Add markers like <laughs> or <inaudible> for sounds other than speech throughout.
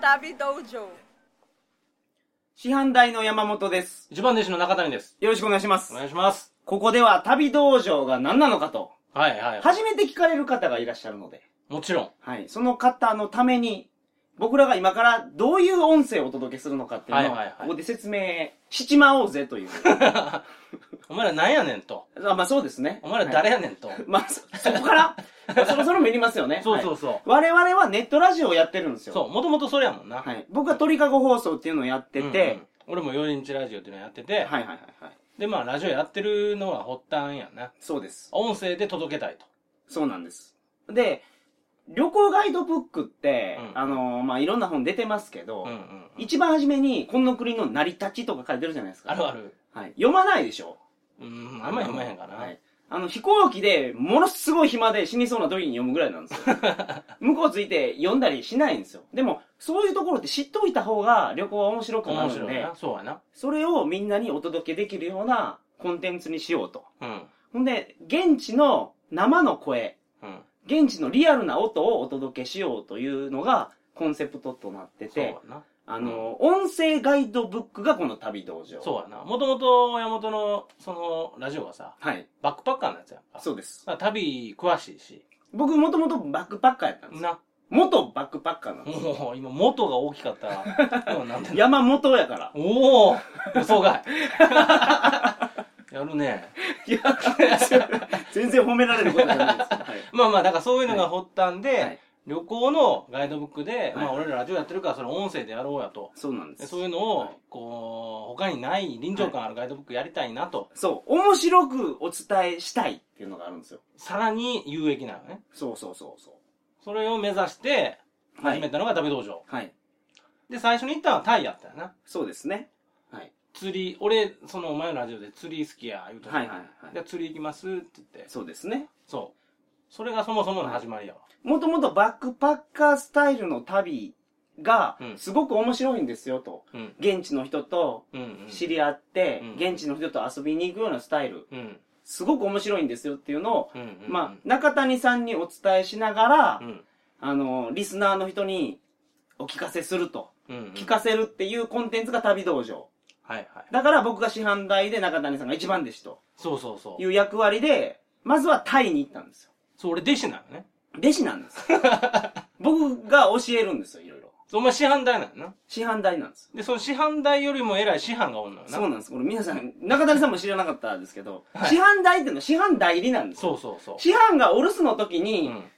旅道場師範代の山本です。一番弟子の中谷です。よろしくお願いしますお。願いします。ここでは旅道場が何なのかと、はいはい。初めて聞かれる方がいらっしゃるので、もちろん。はい。その方のために、僕らが今からどういう音声をお届けするのかっていうのを、はいはいはいここで説明しちまおうぜという。 <laughs> お前らなんやねんと。あまあそうですね。お前ら誰はいやねんと。まあそ、そこ <laughs> から、まあそろそろ見りますよね。そうそうそうはい我々はネットラジオをやってるんですよ。そう、もともとそれやもんな。はい。僕は鳥かご放送っていうのをやってうんうんて、俺も4インチラジオっていうのやってて、はいはいはいはい。で、まあ、ラジオやってるのは発端やな。そうです。音声で届けたいと。そうなんです。で、旅行ガイドブックって、うんあのーまあ、いろんな本出てますけど、うんうん。一番初めに、この国の成り立ちとか書いてるじゃないですか。あるある。はい。読まないでしょうん、あんまり読まへんかな。はい。あの、飛行機で、ものすごい暇で死にそうな時に読むぐらいなん <laughs> ですよ。向こうついて読んだりしないんですよ。でも、そういうところって知っといた方が旅行は面白くな面るん白いでな。、そうやな。それをみんなにお届けできるようなコンテンツにしようと。うん。ほんで、現地の生の声、うん。現地のリアルな音をお届けしようというのがコンセプトとなってそうやて、な。あの、音声ガイドブックがこの旅道場。う。そうやな。もともと山本の、その、ラジオがさ、はい。バックパッカーのやつやんか。そうです。まあ旅詳しいし。僕もともとバックパッカーやったんですよ。な。元バックパッカーなんですよ。もう、今、元が大きかったら、今なんで <laughs> 山本や <laughs> から。おお予想 <laughs> 外やるね。いや、全然褒められることじゃないですけど。はいまあまあ、だからそういうのが発端で、はい旅行のガイドブックで、まはあい俺らラジオやってるから、それ音声でやろうやと。そうなんで。ですそういうのを、はいこう、他にない臨場感あるガイドブックやりたいなと。そう、面白くお伝えしたいっていうのがあるんですよ。さらに有益なのね。そうそうそうそそれを目指して、う。は始めい。たのが食べ道場。はい。で、最初に行ったのはタイやったよな。そうですね。はい。釣り、俺、そのお前のラジオで釣り好きや、言うとったはいはいはいじゃあ釣り行きますって言って。そうですね。そう。それがそもそもの始まりやわ。もともとバックパッカースタイルの旅がう、んすごく面白いんですよと。うん。現地の人とうん、うん。知り合って、うん現地の人と遊びに行くようなスタイル、うん。すごく面白いんですよっていうのを、うんうんうんまあ、中谷さんにお伝えしながら、うんあの、リスナーの人にお聞かせすると。うんうん聞かせるっていうコンテンツが旅道場。はいはい。だから僕が師範代で中谷さんが一番弟子とそうそうそう。いう役割で、まずはタイに行ったんですよ。そう、俺弟子なのね。弟子 <laughs> なんですよ。僕が教えるんですよ、いろいろ。そうお前師範代なのな。師範代なんです。で、その師範代よりも偉い師範がおんのよな。そうなんです。これ皆さん、中谷さんも知らなかったですけど、市販代っていうのは市販代理なんですよ。そうそうそう。市販がお留守の時に、うん。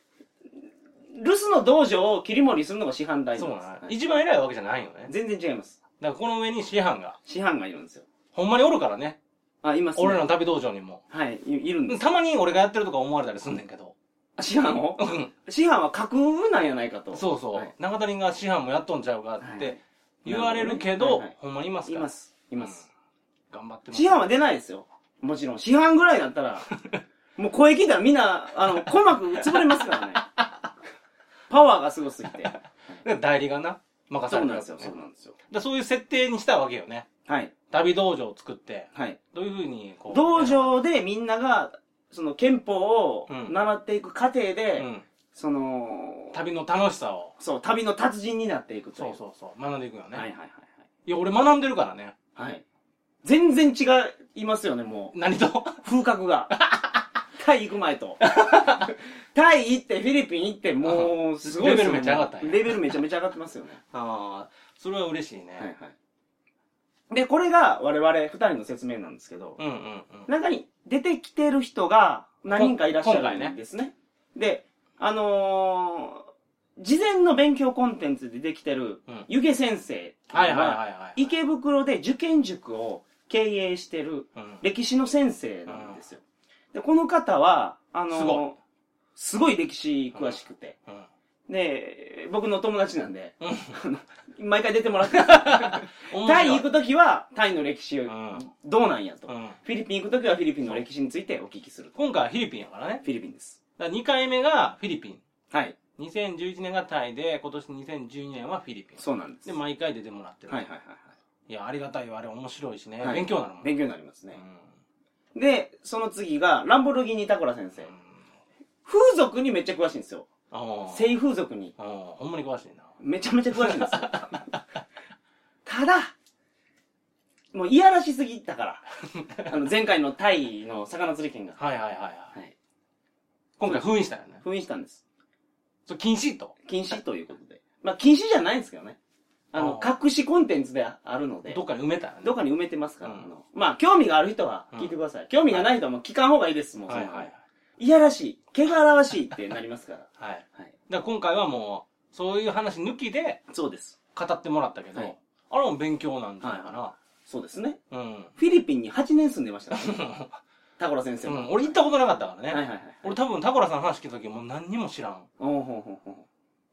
留守の道場を切り盛りするのが市販代なそんうでなす。のは。い一番偉いわけじゃないよね。だか全然違います。らこの上に師範が。市販がいるんですよ。ほんまにおるからね。あ、います、ね。俺らの旅道場にも。はい、いいるんです。たまに俺がやってるとか思われたりすんねんけど。市販をうん市販は架空なんやないかと。そうそはうい。中谷が師範もやっとんちゃうかっはいて言われるけどなるほどねはいはい、ほんまにいますいかまら。す。います。頑張ってます。市販は出ないですよ。もちろん。市販ぐらいだった <laughs> ら、もう声聞いたらみんな、あの、鼓膜潰れます <laughs> からね。パワーがすごすぎて。で代理がな、任さそうれなんたでわすけよよ。ね。そうなんですよ。でそういう設定にしたわけよね。はい。旅道場を作って、はい。どういうふうに、こう。道場でみんなが、その憲法をうん習っていく過程で、うん。その、旅の楽しさを。そう、旅の達人になっていくとい。そううそうそう。学んでいくよね。はいい、はいはいや、俺学んでるからね。はい。はい。全然違いますよね、もう。何と <laughs> 風格が。タイ行く前と。タイ行って、フィリピン行って、もう、すごいですよレベルめっちゃ上がったんやレベルめちゃめちゃ上がってますよね。ああ、それは嬉しいね。はいはい。で、これが我々二人の説明なんですけど、うんうんうん。中に出てきてる人が何人かいらっしゃこ今回るねんですね。で、あのー事前の勉強コンテンツで出てきてるうん、ゆげ先生ってはいういのはいははいはい。池袋で受験塾を経営してるうん、歴史の先生なんですよ。で、この方は、あのーすごいすごい歴史詳しくて、 <laughs> うんで、僕の友達なんで、うん。毎回出てもらってる <laughs> 面白いタイ行くときは、タイの歴史んどうなんやと。うん。フィリピン行くときはフィリピンの歴史についてお聞きすると。今回はフィリピンやからね。フィリピンです。だ2回目がフィリピン。はい。 2011年がタイで、今年2012年はフィリピン。そうなんです。で、はい毎回出てもらってる。、はいはいはいや、ありがたいわ。あれ面白いしね。いはい。勉強になるもん。勉強になりますねう。んで、その次が、ランボルギーニタコラ先生。風俗にめっちゃ詳しいんですよ。あー性風俗にあーほんまに詳しいなめちゃめちゃ詳しいんですよただもういやらしすぎたからあの前回のタイの魚釣り券が、はいはいはいはいはい、今回封印したよね封印したんですそう禁止と禁止ということでまあ禁止じゃないんですけどねあのあ隠しコンテンツであるのでどっかに埋めたよねどっかに埋めてますから、うんあのまあ興味がある人は聞いてください、興味がない人はもう聞かん方がいいですもうそはんいなのはいはいいやらしい汚らわしいってなります <laughs> からはいだかはいら今回はもうそういう話抜きでそうです語ってもらったけど、はいあれも勉強なんじゃないかな、そうですね <laughs> うんフィリピンに8年住んでましたからねタコラ先生うも、ん、俺行ったことなかったからね、はいはいはい俺多分タコラさんの話聞いた時もう何にも知らんおうほうほうほう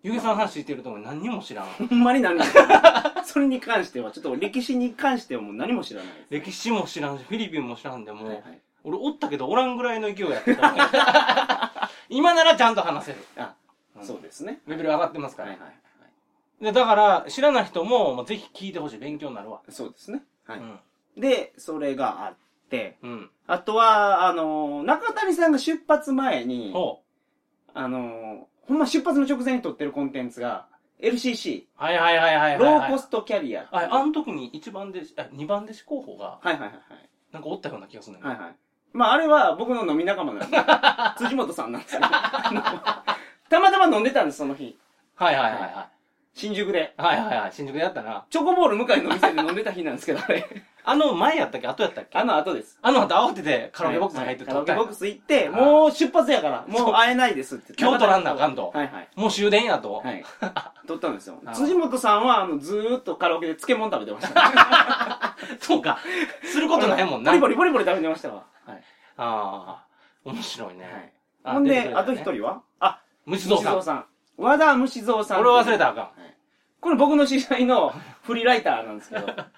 ゆげさんの話聞いてるとも何に <laughs> も知らんほんまに何も <laughs> それに関してはちょっと歴史に関してはもう何も知らないです歴史も知らんしフィリピンも知らんでもう、はいはい俺おったけどおらんぐらいの勢いやった <laughs> 今ならちゃんと話せるあ、うんそうですねレベル上がってますかはいら、はいはいでだから知らない人ももうぜひ聞いてほしい勉強になるわ、そうですねはい、うんでそれがあってうんあとはあの中谷さんが出発前にほあのほんま出発の直前に撮ってるコンテンツが LCC うはいはいはいはいはいロはいーコストキャリアはいあの時に一番弟子あ二番弟子候補がはいはいはいはいなんかおったような気がするんだけど、はいはい。まあ、あれは僕の飲み仲間なんで、 <laughs> 辻本さんなんですけど、あのたまたま飲んでたんです、その日。はいはいはいはい。新宿で。はいはいはい。新宿でやったな。チョコボール向かいの店で飲んでた日なんですけど、あれ。あの前やったっけ後やったっけあの後です。あの後慌ててカラオケボックスに入ってはいカラオケんボやックス行って、あーもう出発やから、もそうう会えないですって。今日取らんなあかんと。はいはい。もう終電やと。はい。撮ったんですよ <laughs> あ。ー辻本さんは、あの、ずーっとカラオケで漬物食べてました。そうか。することないもんポな。あリポリポリポリ食べてましたわ。はい。あー。面白いね。はい。あほん出てくで、れあたとね一人はあ、虫蔵虫さん蔵。さん。和田虫蔵さん。これ忘れたらあかん。これ僕の知り合いのフリーライターなんですけ <laughs> ど。なんか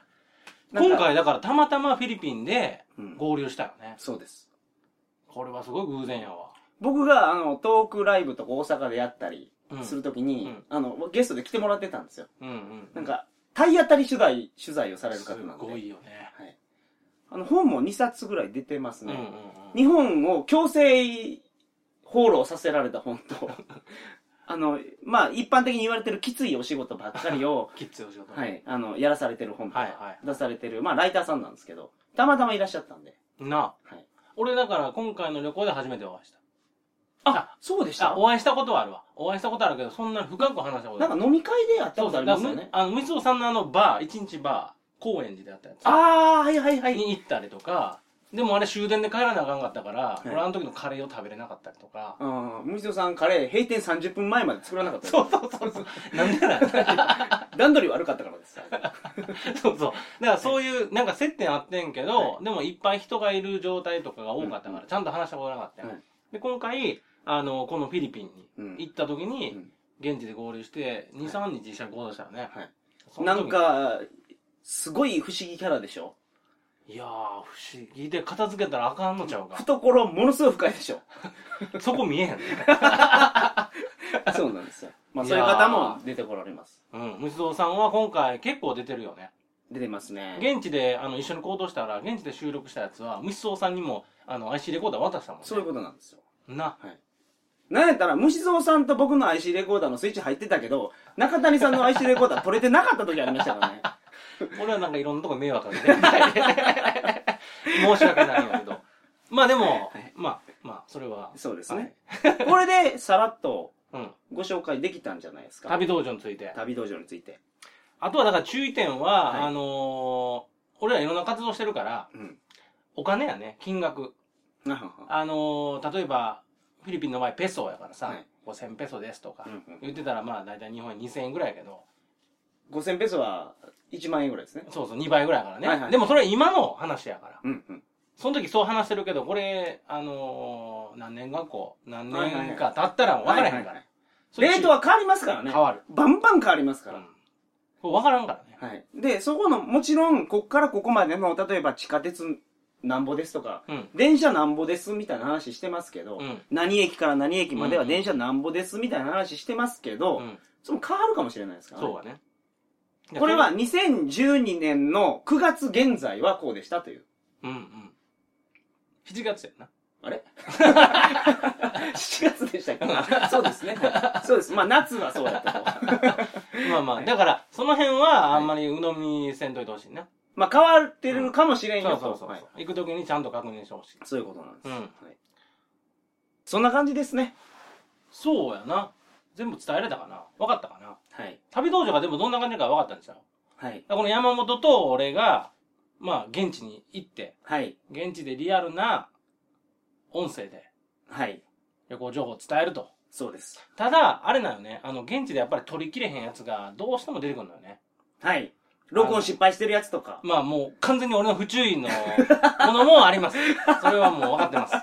今、回だからたまたまフィリピンでうん合流したよね。そうです。これはすごい偶然やわ。僕が、あの、トークライブとか大阪でやったりうんするときに、うんあの、ゲストで来てもらってたんですよ。うんうん。なんか、体当たり取材、取材をされるす方なんで。ごいよね。はい。あの、本も2冊ぐらい出てますうんうんうんね。。日本を強制放浪させられた本と、 <laughs> あの、まあ、一般的に言われてるきついお仕事ばっかりを、キッズお仕事。はい、あの、やらされてる本とはいはか、出されてる、まあ、ライターさんなんですけど、たまたまいらっしゃったんで。なはあい。俺だから今回の旅行で初めてお会いした。あ、そうでしあ、たお会いしたことはあるわ。お会いしたことあるけど、そんな深く話したことなんか飲み会でやったことありますよだね。からむあの、三尾さんのあのバー、一日バー、高円寺であったやつ。あー、はいはいはにい。行ったりとか、でもあれ終電で帰らなあかんかったから、い俺あの時のカレーを食べれなかったりとか。うん、むしろさん、カレー閉店30分前まで作らなかったですそうそうそうそう。なんでなん段取り悪かったからです。 <laughs> そうそう。だからそういう、なんか接点あってんけど、はでもいっぱい人がいる状態とかが多かったから、うちゃんと話したことなかったよ、はいで、今回、あの、このフィリピンうんに行った時うに、ん現地で合流して、2、3日一緒に行動したよね。はいそのな時ん、か、すごい不思議キャラでしょいやー、不思議で片付けたらあかんのちゃうか。懐ものすごい深いでしょそこ見えへんね。 <laughs> そうなんですよ。まあいそうやいーう方も出てこられます。うん。虫蔵さんは今回結構出てるよね。出てますね。現地で、あの、一緒に行動したら、現地で収録したやつは、虫蔵さんにも、あの、IC レコーダー渡したもんね。そういうことなんですよ。な。なんやったら、虫蔵さんと僕の IC レコーダーのスイッチ入ってたけど、中谷さんの IC レコーダー取れてなかった時ありましたからね。 <laughs> 俺はなんかいろんなとこ迷惑かけてるみたいで申し訳ないんやけど。まあでも、まあ、まあ、それは、そうですね。これで、さらっとうん。ご紹介できたんじゃないですか。旅道場について。旅道場について。あとはだから注意点は、はいあのー俺らいろんな活動してるから、うん。お金やね、金額。なるほど。あのー例えば、フィリピンの場合ペソやからさ、はい5000ペソですとか、うんうん言ってたらまあ大体日本円2000円ぐらいやけど、 5000ペソは1万円ぐらいですね。そうそう、2倍ぐらいやからね。はいはいでもそれは今の話やから。うんうん。その時そう話してるけど、これ、あのー何年学校、何はいはいは年いか経ったら分からへはんから。いはいはいそういうレートは変わりますからね。変わる。バンバン変わりますかうら。んこれ分からんからね。はい。で、そこの、もちろん、こっからここまでの、例えば地下鉄なんぼですとか、うん。電車なんぼですみたいな話してますけど、うん何駅から何駅までうはんうん電車なんぼですみたいな話してますけど、うん。その変わるかもしれないですから、ね。そうはね。これは、2012年の9月現在はこうでしたという。うんうん。7月やな。あ <laughs> れ7月でしたっけ <laughs> あそうですねはいそうですまあ夏はそうだったとまあまあ、だから、その辺はあんまり鵜呑みせんといてほしいな。まあ変わってるかもしれんそようと、そうそう。はい行くときにちゃんと確認してほしい。そういうことなんです、うんはい、そんな感じですねそうやな。全部伝えれたかな分かったかなはい旅道場がでもどんな感じか分かったんちゃうはいこの山本と俺が、まあ、現地に行って、はい現地でリアルな音声ではい旅行情報を伝えると。そうですただ、あれなよね。あの、現地でやっぱり取り切れへんやつがどうしても出てくるのよね。はい録音失敗してるやつとかまあもう完全に俺の不注意のものもあ <laughs> ります。それはもう分かってます。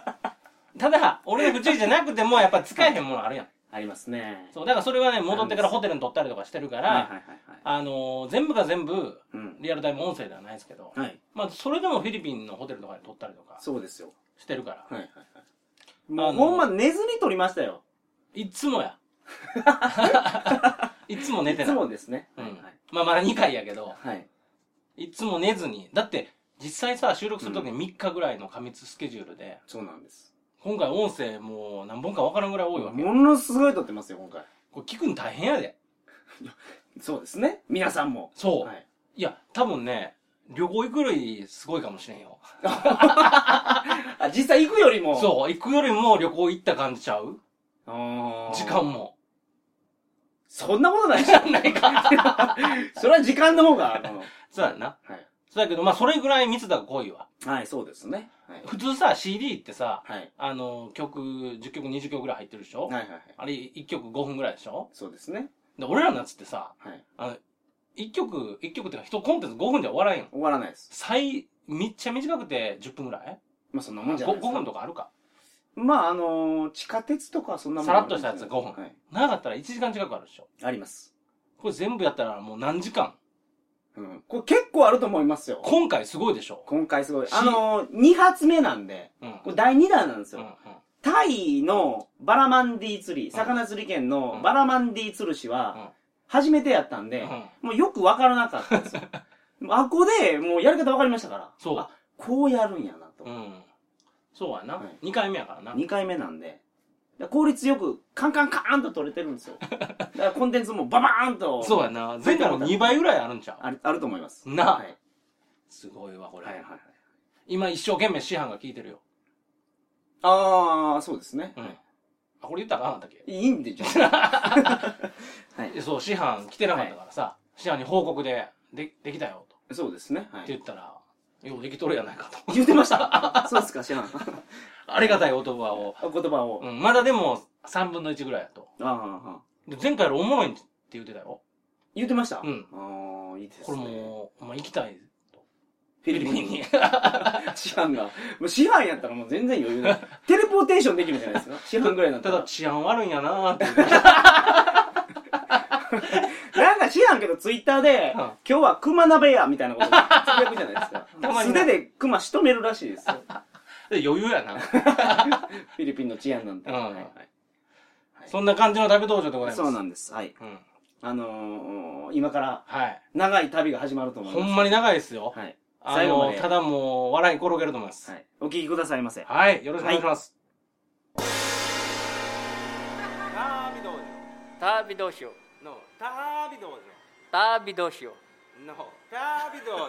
ただ、俺の不注意じゃなくてもやっぱ使えへんものあるやん。ありますねそう、だからそれはね、戻ってからホテルに撮ったりとかしてるから、はいはいはいはいあのー全部が全部、うんリアルタイム音声ではないですけど、はいまあそれでもフィリピンのホテルとかで撮ったりとかそうですよしてるから、はいはいはいもあうのほんま寝ずに撮りましたよいっつもや。 <laughs> いっつも寝いてつない。もですねうんはいはいまあまだ2回やけど、はいいっつも寝ずに。だって、実際さ、収録するときに3日ぐらいの過密スケジュールで、そうなんです今回音声もう何本か分からんぐらい多いわけ。ものすごい撮ってますよ今回これ聞くの大変やで。そうですね皆さんもそう。はいい、や、多分ね、旅行行くよりすごいかもしれんよ。あ実際行くよりもうそう、行くよりも旅行行った感じちゃう時間も。そんなことないじゃない <laughs> かそれは時間の方があのそうやんな。はいそうやけど、まあそれぐらい密度が濃いわ。はいそうですねはい普通さ、CD ってさ、はいあの、曲、10曲、20曲ぐらい入ってるでしょ、はいはいはいあれ、1曲5分ぐらいでしょそうですねで、俺らのやつってさ、はいあの、1曲、1曲っていうか1コンテンツ5分じゃ終わらんやん。終わらないです最、めっちゃ短くて10分ぐらいまあそんなもんじゃない 5, ですか分とかあるか。まああのー地下鉄とかはそんなもんさらっとしたやつ5分はい長かったら1時間近くあるでしょありますこれ全部やったらもう何時間うんこれ結構あると思いますよ今回すごいでしょ今回すごいしあのー、2発目なんでうん。これ第2弾なんですうよ、んうんタイのバラマンディ釣り、ん魚釣り県うのんバラマンディ釣るしうんは、初めてやったんで、うんもうよくわからなかったんです <laughs> よ。あっこで、もうやり方わかりましたから。そうあ、こうやるんやなと。うん。そうやなはい。 2回目やからな。 2回目なんで。だから効率よく、カンカンカーンと取れてるんです <laughs> よ。だからコンテンツもババーンと、そうやな。前回の2倍ぐらいあるんちゃある、あると思います。なはい。うすごいわ、これはい。はいはい。今一生懸命師範が聞いてるよ。あー、そうですね。うん。あ、これ言ったらあかんかったっいいんで、じゃあ。はい。けそう、師範来てなかったからさ、師範に報告で、で、できたよ、と。そうですね。はってい。言ったら、ようできとるやないかと。 <laughs> 言ってましたそうですか、知らん。ありがたいお言葉を。お言葉を。うん、まだでも3分の1ぐらいやと。あーはーはーで前回よりおもろいって言ってたよ。言ってましたうんああ、いいですね。これもう、お前行きたい。フィリピン <laughs> に。。師範が。もう師範やったらもう全然余裕 <laughs> だ。テレポーテーションできるじゃないですか。師範ぐらいだった <laughs> たら。だ治安悪いんやなーって。 <laughs> なんか知らんけど、ツイッターで、うん今日は熊鍋や、みたいなこと、つぶやくじゃないですか <laughs> 。たまに素手で熊仕留めるらしいですよ。で余裕やな。フィリピンの治安なんて。うんはいはいそんな感じの旅道場でございます。そうなんです。はい。うん。あのー、今からはい。長い旅が始まると思いほます。んまに長いですよ。はい。あ最後まの、でただもう、笑い転げると思います。はい。お聞きくださいませ。はい。よろしくお願いします。旅道旅どうしよう場。の、旅道場。旅どうしよう No, 旅道場。